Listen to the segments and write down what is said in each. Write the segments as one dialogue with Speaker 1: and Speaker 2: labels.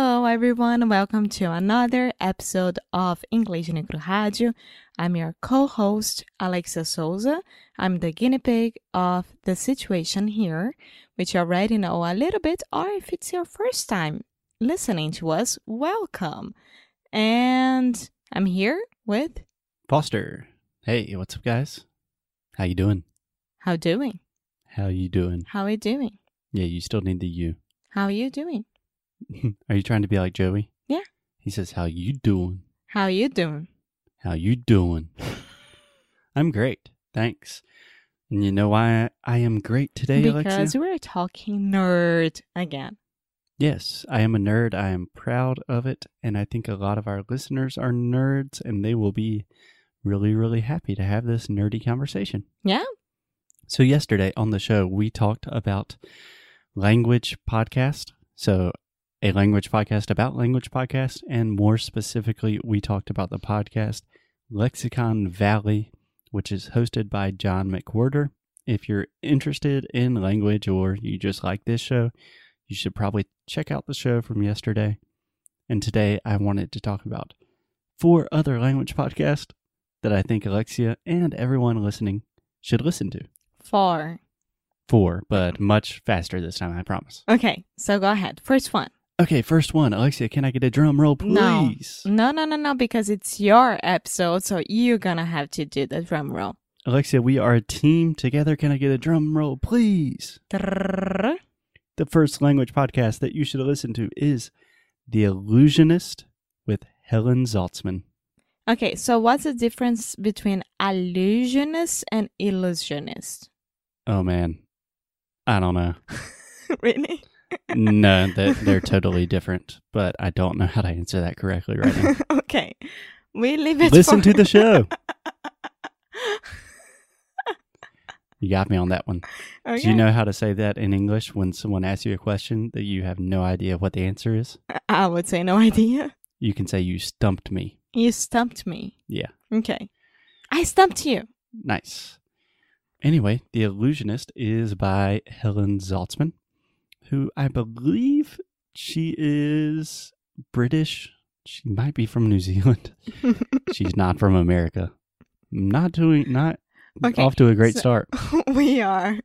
Speaker 1: everyone. Welcome to another episode of English Negro Rádio. I'm your co-host, Alexa Souza. I'm the guinea pig of the situation here, which you already know a little bit, or if it's your first time listening to us, welcome. And I'm here with
Speaker 2: Foster. Hey, what's up, guys? How you doing?
Speaker 1: How doing?
Speaker 2: How you doing?
Speaker 1: How are you doing?
Speaker 2: Yeah, you still need the you.
Speaker 1: How are you doing?
Speaker 2: Are you trying to be like Joey?
Speaker 1: Yeah.
Speaker 2: He says, "How you doing?
Speaker 1: How are you doing?
Speaker 2: How you doing?" I'm great, thanks. And you know why I am great today,
Speaker 1: because
Speaker 2: Alexia?
Speaker 1: we're talking nerd again.
Speaker 2: Yes, I am a nerd. I am proud of it, and I think a lot of our listeners are nerds, and they will be really, really happy to have this nerdy conversation.
Speaker 1: Yeah.
Speaker 2: So yesterday on the show, we talked about language podcast. So a language podcast about language podcast, and more specifically, we talked about the podcast Lexicon Valley, which is hosted by John McWhorter. If you're interested in language or you just like this show, you should probably check out the show from yesterday. And today I wanted to talk about four other language podcasts that I think Alexia and everyone listening should listen to
Speaker 1: Four.
Speaker 2: four, but much faster this time, I promise.
Speaker 1: Okay, so go ahead. First one.
Speaker 2: Okay, first one. Alexia, can I get a drum roll,
Speaker 1: No.
Speaker 2: please?
Speaker 1: No, no, no, no, because it's your episode, so you're gonna have to do the drum roll.
Speaker 2: Alexia, we are a team together. Can I get a drum roll, please?
Speaker 1: Trrrr.
Speaker 2: The first language podcast that you should listen to is The Illusionist with Helen Zaltzman.
Speaker 1: Okay, so what's the difference between allusionist and illusionist?
Speaker 2: Oh, man. I don't know.
Speaker 1: really?
Speaker 2: No, they're, they're totally different, but I don't know how to answer that correctly right now.
Speaker 1: okay, we leave it.
Speaker 2: Listen
Speaker 1: for-
Speaker 2: to the show. You got me on that one.
Speaker 1: okay.
Speaker 2: Do you know how to say that in English when someone asks you a question that you have no idea what the answer is?
Speaker 1: I would say no idea.
Speaker 2: You can say, You stumped me.
Speaker 1: You stumped me.
Speaker 2: Yeah,
Speaker 1: Okay, I stumped you.
Speaker 2: nice. Anyway, The Illusionist is by Helen Zaltzman, who I believe she is British. She might be from New Zealand. She's not from America. Not doing, not
Speaker 1: Okay,
Speaker 2: off to a great
Speaker 1: so-
Speaker 2: start.
Speaker 1: we are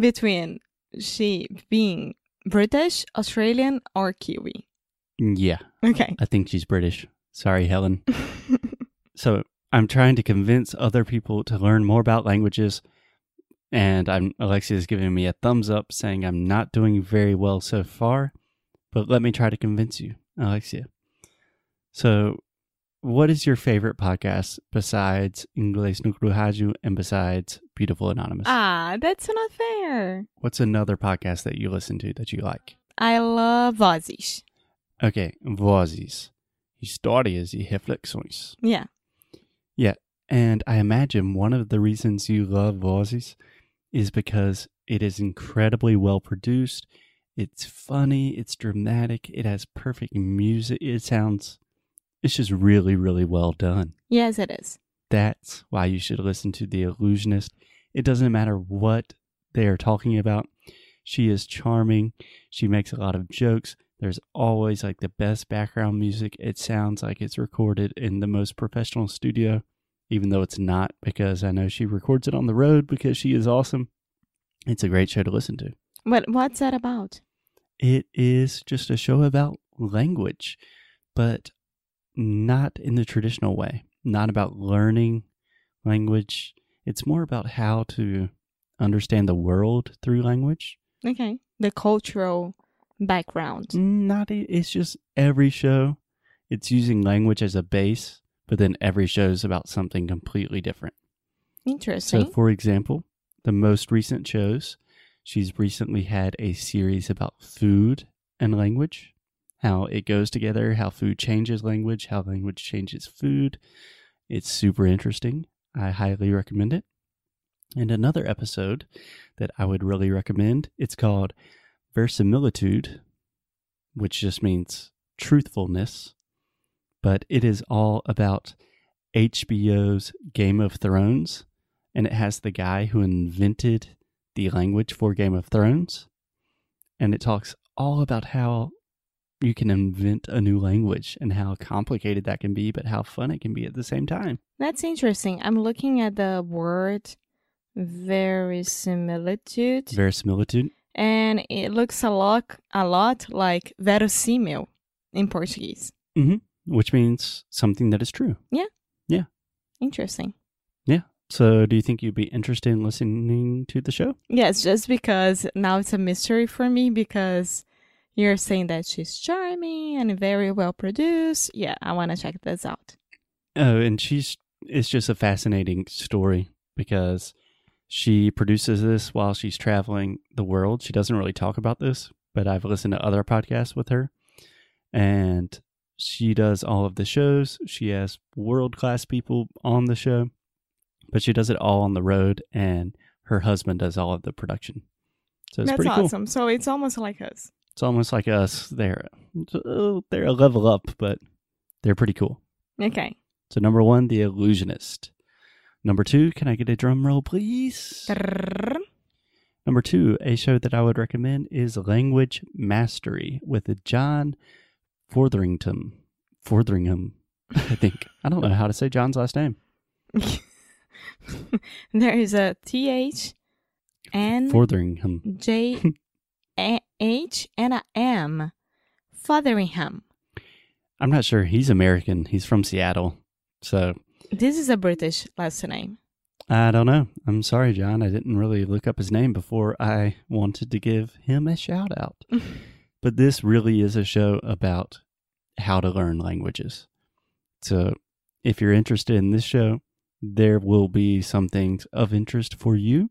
Speaker 1: between she being British, Australian, or Kiwi.
Speaker 2: Yeah,
Speaker 1: Okay.
Speaker 2: I think she's British. Sorry, Helen. So I'm trying to convince other people to learn more about languages. And I'm Alexia is giving me a thumbs up saying I'm not doing very well so far, but let me try to convince you, Alexia. So what is your favorite podcast besides Inglés no Crujaju and besides Beautiful Anonymous?
Speaker 1: ah, that's not fair.
Speaker 2: What's another podcast that you listen to that you like?
Speaker 1: I love Aussies.
Speaker 2: Okay, Vozis. Histórias e reflexões.
Speaker 1: Yeah.
Speaker 2: And I imagine one of the reasons you love Vozis is because it is incredibly well produced. It's funny, it's dramatic, it has perfect music. It sounds, it's just really, really well done.
Speaker 1: Yes, it is.
Speaker 2: That's why you should listen to The Illusionist. It doesn't matter what they are talking about. She is charming. She makes a lot of jokes. There's always like the best background music. It sounds like it's recorded in the most professional studio, even though it's not, because I know she records it on the road because she is awesome. It's a great show to listen to.
Speaker 1: But what's that about?
Speaker 2: It is just a show about language, but not in the traditional way, not about learning language. It's more about how to understand the world through language.
Speaker 1: Okay. The cultural background.
Speaker 2: Mm. Not e, it's just every show it's using language as a base, but then every show is about something completely different. So,
Speaker 1: Interesting.
Speaker 2: for example, the most recent shows, she's recently had a series about food and language, how it goes together, how food changes language, how language changes food. It's super interesting. I highly recommend it. And another episode that I would really recommend, it's called Versimilitude, which just means truthfulness, but it is all about HBO's Game of Thrones and it has the guy who invented the language for Game of Thrones. And it talks all about how you can invent a new language and how complicated that can be, but how fun it can be at the same time.
Speaker 1: That's interesting. I'm looking at the word verisimilitude,
Speaker 2: Verisimilitude.
Speaker 1: and it looks a lot, a lot like verosimil in Portuguese.
Speaker 2: which means something that is true.
Speaker 1: Interesting.
Speaker 2: So, do you think you'd be interested in listening to the show?
Speaker 1: Yes, just because now it's a mystery for me because you're saying that she's charming and very well produced. Yeah, I want to check this out.
Speaker 2: Oh, and she's it's just a fascinating story because she produces this while she's traveling the world. She doesn't really talk about this, but I've listened to other podcasts with her and she does all of the shows. She has world-class people on the show, but she does it all on the road and her husband does all of the production. So it's
Speaker 1: That's
Speaker 2: pretty cool.
Speaker 1: awesome. So it's almost like us.
Speaker 2: It's almost like us. They're uh, they're a level up, but they're pretty cool.
Speaker 1: Okay.
Speaker 2: So number one, the illusionist. Number two, can I get a drum roll, please?
Speaker 1: Trrrr.
Speaker 2: Number two, a show that I would recommend is Language Mastery with John Fortherington. Fortheringham, I think. I don't know how to say John's last name.
Speaker 1: there is a T H N
Speaker 2: Fortheringham.
Speaker 1: J A H and a M. Fotheringham.
Speaker 2: I'm not sure. He's American. He's from Seattle. So
Speaker 1: This is a British last name.
Speaker 2: I don't know. I'm sorry, John. I didn't really look up his name before I wanted to give him a shout out. but this really is a show about how to learn languages. So if you're interested in this show, there will be some things of interest for you.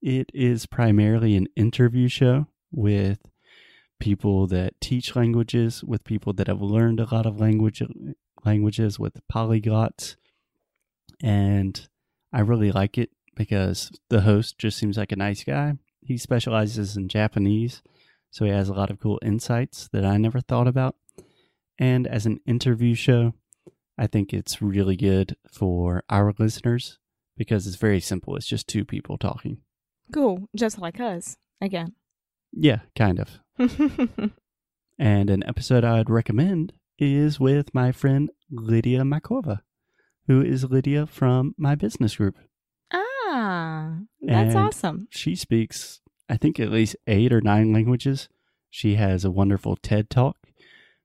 Speaker 2: It is primarily an interview show with people that teach languages, with people that have learned a lot of language languages, with polyglots. And I really like it because the host just seems like a nice guy. He specializes in Japanese, so he has a lot of cool insights that I never thought about. And as an interview show, I think it's really good for our listeners because it's very simple. It's just two people talking.
Speaker 1: Cool. Just like us. Again.
Speaker 2: Yeah, kind of. And an episode I'd recommend is with my friend Lydia Makova, who is Lydia from my business group.
Speaker 1: ah. That's
Speaker 2: And-
Speaker 1: awesome.
Speaker 2: she speaks i think at least eight or nine languages she has a wonderful ted talk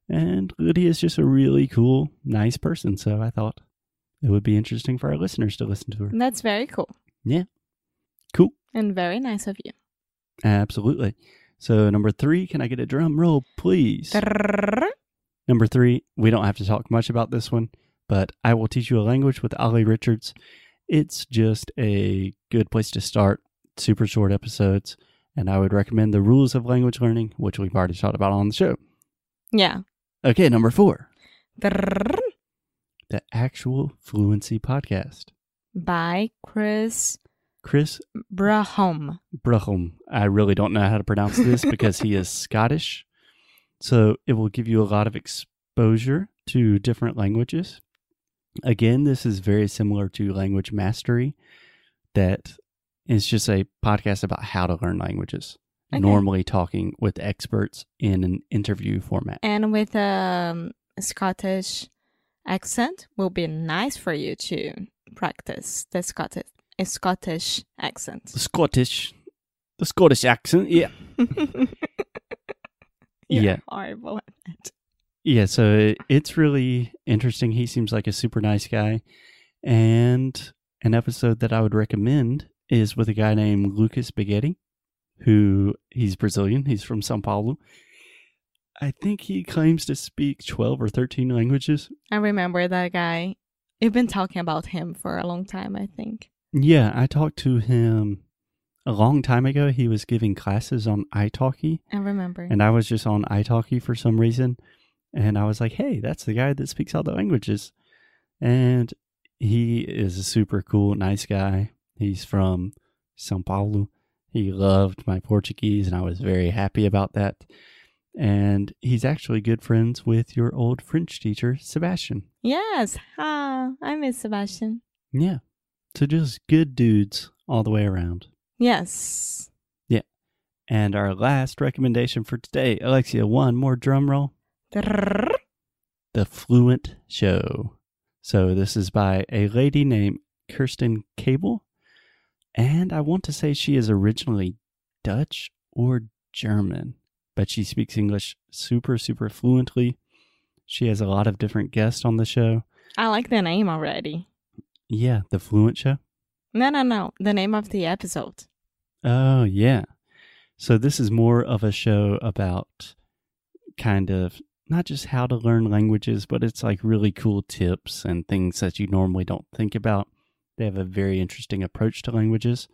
Speaker 2: and lydia is just a really cool nice person so i thought it would be interesting for our listeners to listen to her
Speaker 1: That's very cool.
Speaker 2: Yeah. Cool.
Speaker 1: And very nice of you.
Speaker 2: absolutely so number three can i get a drum roll please
Speaker 1: Trrrr.
Speaker 2: Number three, we don't have to talk much about this one, but I will teach you a language with Ollie Richards. It's just a good place to start. Super short episodes, and I would recommend the rules of language learning, which we've already talked about on the show.
Speaker 1: Yeah.
Speaker 2: Okay, number four,
Speaker 1: Trrrr.
Speaker 2: the actual fluency podcast.
Speaker 1: By Chris
Speaker 2: Chris
Speaker 1: Braham.
Speaker 2: Bruchum. I really don't know how to pronounce this because he is Scottish. So it will give you a lot of exposure to different languages. Again, this is very similar to Language Mastery, that is just a podcast about how to learn languages,
Speaker 1: Okay.
Speaker 2: normally talking with experts in an interview format.
Speaker 1: And with um, a Scottish accent will be nice for you to practice the Scottish Scottish accent.
Speaker 2: Scottish. The Scottish accent, yeah.
Speaker 1: You're
Speaker 2: Yeah.
Speaker 1: Horrible at that.
Speaker 2: Yeah, so it, it's really interesting. He seems like a super nice guy. And an episode that I would recommend is with a guy named Lucas Baghetti, who he's Brazilian. He's from Sao Paulo. I think he claims to speak 12 or 13 languages.
Speaker 1: I remember that guy. You've been talking about him for a long time, I think.
Speaker 2: Yeah, I talked to him a long time ago. He was giving classes on italki.
Speaker 1: I remember.
Speaker 2: and I was just on italki for some reason and I was like, "Hey, that's the guy that speaks all the languages." And he is a super cool, nice guy. He's from São Paulo. He loved my Portuguese and I was very happy about that. And he's actually good friends with your old French teacher, Sebastian.
Speaker 1: yes. Ah, I miss Sebastian.
Speaker 2: Yeah. So just good dudes all the way around.
Speaker 1: Yes.
Speaker 2: And our last recommendation for today, Alexia, one more drum roll.
Speaker 1: Trrr.
Speaker 2: The Fluent Show. So this is by a lady named Kirsten Cable. And I want to say she is originally Dutch or German, but she speaks English super, super fluently. She has a lot of different guests on the show.
Speaker 1: I like the name already.
Speaker 2: Yeah, The Fluent Show.
Speaker 1: No, no, no. The name of the episode.
Speaker 2: Oh, yeah. So this is more of a show about kind of not just how to learn languages, but it's like really cool tips and things that you normally don't think about. They have a very interesting approach to languages.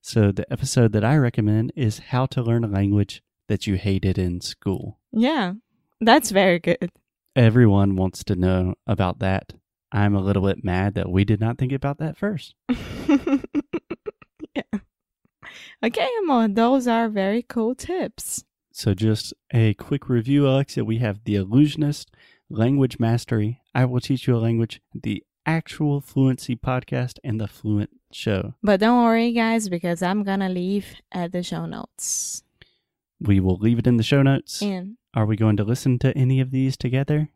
Speaker 2: So the episode that I recommend is How to Learn a Language That You Hated in School.
Speaker 1: Yeah, that's very good.
Speaker 2: Everyone wants to know about that. I'm a little bit mad that we did not think about that first.
Speaker 1: yeah. Okay, Amor, those are very cool tips.
Speaker 2: So, just a quick review, Alexia. We have The Illusionist, Language Mastery, I Will Teach You a Language, The Actual Fluency Podcast, and The Fluent Show.
Speaker 1: But don't worry, guys, because I'm going to leave at the show notes.
Speaker 2: We will leave it in the show notes.
Speaker 1: And
Speaker 2: Are we going to listen to any of these together?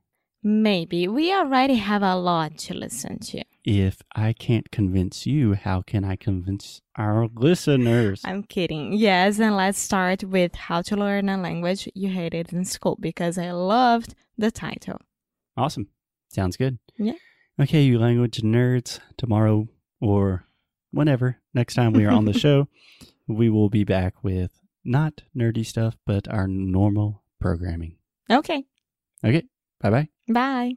Speaker 1: maybe we already have a lot to listen to.
Speaker 2: If I can't convince you, how can I convince our listeners?
Speaker 1: I'm kidding. Yes, and let's start with how to learn a language you hated in school because I loved the title.
Speaker 2: Awesome. Sounds good.
Speaker 1: Yeah.
Speaker 2: Okay, you language nerds, tomorrow or whenever, next time we are on the show, we will be back with not nerdy stuff, but our normal programming.
Speaker 1: Okay,
Speaker 2: Okay, bye bye.
Speaker 1: bye.